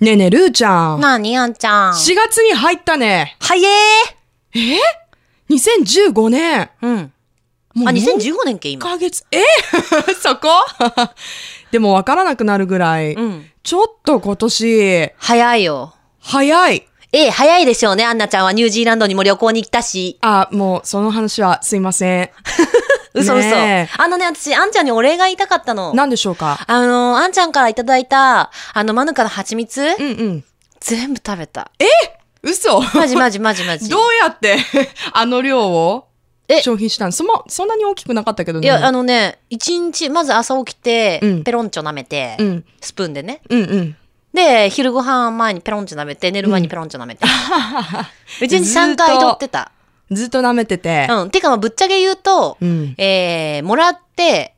ねえねえ、ルーちゃん。4なあに、あんちゃん。月に入ったね。はええ ?2015 年。ーうん。もあ、 1 2015年っけ、今。ヶ月。え そこ でもわからなくなるぐらい。ん。ちょっと今年、早いよ。早い。ええ、早いでしょうね。アンナちゃんはニュージーランドにも旅行に来たし。あ、もうその話はすいません。 嘘嘘。ねあのね、私、あんちゃんにお礼が言いたかったの。何でしょうかあの、あんちゃんからいただいた、あの、マヌカの蜂蜜、うんうん。全部食べた。 嘘どマジマジマジマジ。うやって あの量をえ消費したのそもそんなに大きくなかったけどいね。や、あのね、一日、まず朝起きて、うんペロンチョ舐めて、うん。スプーンでね。うんうん。で、昼ご飯前にペロンチョ舐めて、寝る前にペロンチョ舐めて。 うちにずーっ3と回取ってた。ずっと舐めてて。うん。てか、まあぶっちゃけ言うと、うん。えー、もらって、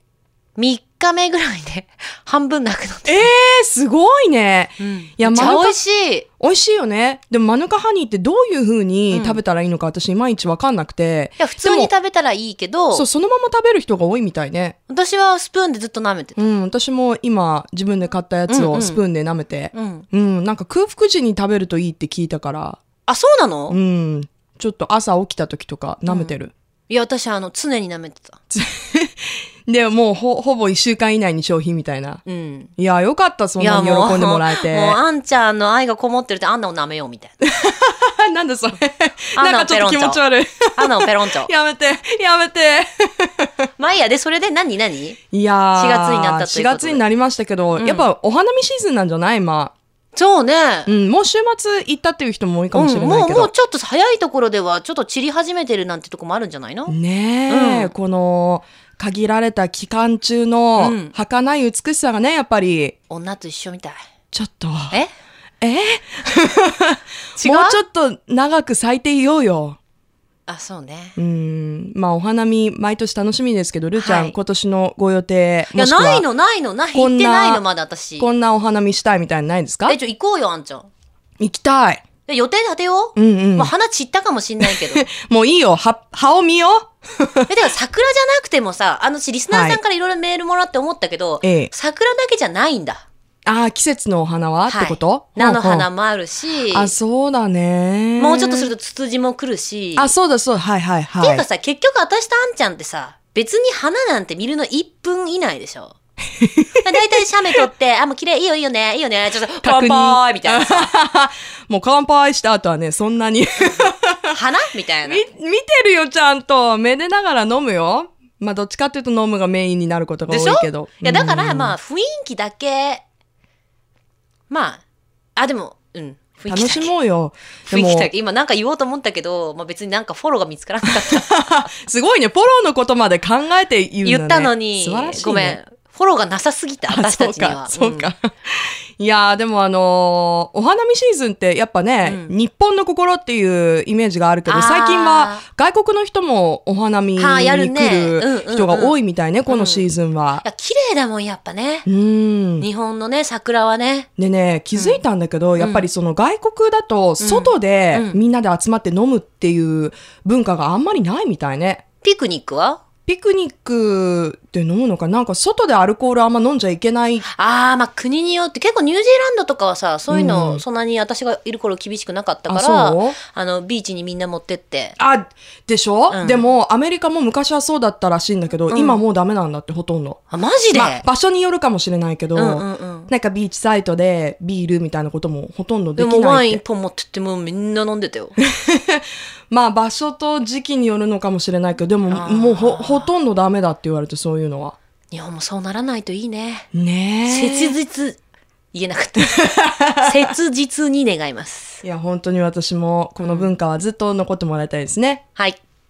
3日目ぐらいで 半分なくなって。えー、すごいね。いいやめっちゃマヌカ美味しい。美味しいよね。でもマヌカハニーってどういう風にうん食べたらいいのか私いまいちわかんなくて。いや、普通に食べたらいいけどそう、、そのまま食べる人が多いみたいね。私はスプーンでずっと舐めてた。うん、私も今自分で買ったやつうんうをんスプーンで舐めて。うん。うん、なんか空腹時に食べるといいって聞いたから。あ、そうなの、うん。ちょっと朝起きた時とか舐めてる。いや、私、あの、常に舐めてた。で、もうほ、ほぼ1週間以内に消費みたいな。うん。いや、よかった、そんいなやに喜んでもらえて。もう、あんちゃんの愛がこもってるって、アンナを舐めようみたいな。 なんだそれ。あなんんなかちょっと気持ち悪い。。アンナをペロンチョやめて、やめて。まあいいや、で、それで何何いやー、 4月になったということ4で月になりましたけど、うんやっぱお花見シーズンなんじゃないまあ、そうねう。ん、もう週末行ったっていう人も多いかもしれうん、なもいうけもどう。ちょっと早いところではちょっと散り始めてるなんてとこもあるんじゃないの、ねえ、うんこの、限られた期間中のうん、儚い美しさがね、やっぱり、女と一緒みたいちょっと、ええー違うもうちょっと長く咲いていようよ。あそうねうん、まあお花見、毎年楽しみですけど、るーちゃん、はい今年のご予定、いやもしくはないのないのないこ行っんなてないのまだ私こんなお花見したいみたいなのないですかえちょ行こうよあんちゃん行きたい。で予定立てよう、うんうんまあ、花散ったかもしんないけ どえもういいよ、は、葉を見よう。でも桜じゃなくてもさあのしリスナーさんからいろいろメールもらって思ったけど、ええ桜だけじゃないんだああ、季節のお花は、はいってこと菜の花ほうもあるしほうあ、そうだね。もうちょっとすると。とツツジも来るしあ、そうだそうだ、はいはいっていうはかい。さ、結局私とあんちゃんってさ、別に花なんて見るの1分以内で しょ。だいたい写メ撮って、あ、もう綺麗、いいよいいよね、いいよね、ちょっと確乾認杯みたい なさ、もう乾杯した後はね、そんなに 花みたいなみ。、見てるよ、ちゃんと。めでながら飲むよ。まあ、どっちかっていうと飲むがメインになることがで多しょいけど。いや、だからうんまあ、雰囲気だけ、まあ、あ、でも、うん、雰囲楽気だしけ。もうよ。で 雰囲気だも、け。今なんか言おうと思ったけど、まあ別になんかフォローが見つからなかった。 すごいね、ポロのことまで考えて言うんだね。言ったのに素晴らしい、ね。ごめん。フォローがなさすぎた、あ私たちには。そうか、 そうか。いやー、でもあのーお花見シーズンってやっぱね、うん日本の心っていうイメージがあるけあど、ー最近は外国の人もお花見にはあやる来ねうんうんうるん人が多いみたいね、このシーズンはうんい。や、綺麗だもん、やっぱね。うーん。日本のね、桜はね。でね、気づいたんだけど、やっぱりその外国だと、外でうんみんなで集まって飲むっていう文化があんまりないみたいね。ピクニックはピクニックで飲むのかなんか外でアルコールあんま飲んじゃいけないああ、まあ国によって、結構ニュージーランドとかはさ、そういううの、んそんなに私がいる頃厳しくなかったかあら、そうあの、ビーチにみんな持ってって。あ、でしょ、うんでも、アメリカも昔はそうだったらしいんだけど、うん今もうダメなんだって、ほとんど。あ、マジで、まあ、場所によるかもしれないけど、うんうんうん。なんかビーチサイトでビールみたいなこともほとんどででもきワないイっン一て。本持ってってもうみんな飲んで たよ。まあ、場所と時期によるのかもしれないけど、でも、あーもうほ、ほとんどダメだって言われて、そういうのは。日本もそうならないといいね。ねえ。切実、言えなか った。切実に願います。いや、本当に私も、この文化はずっと残ってもらいたいですね。はい。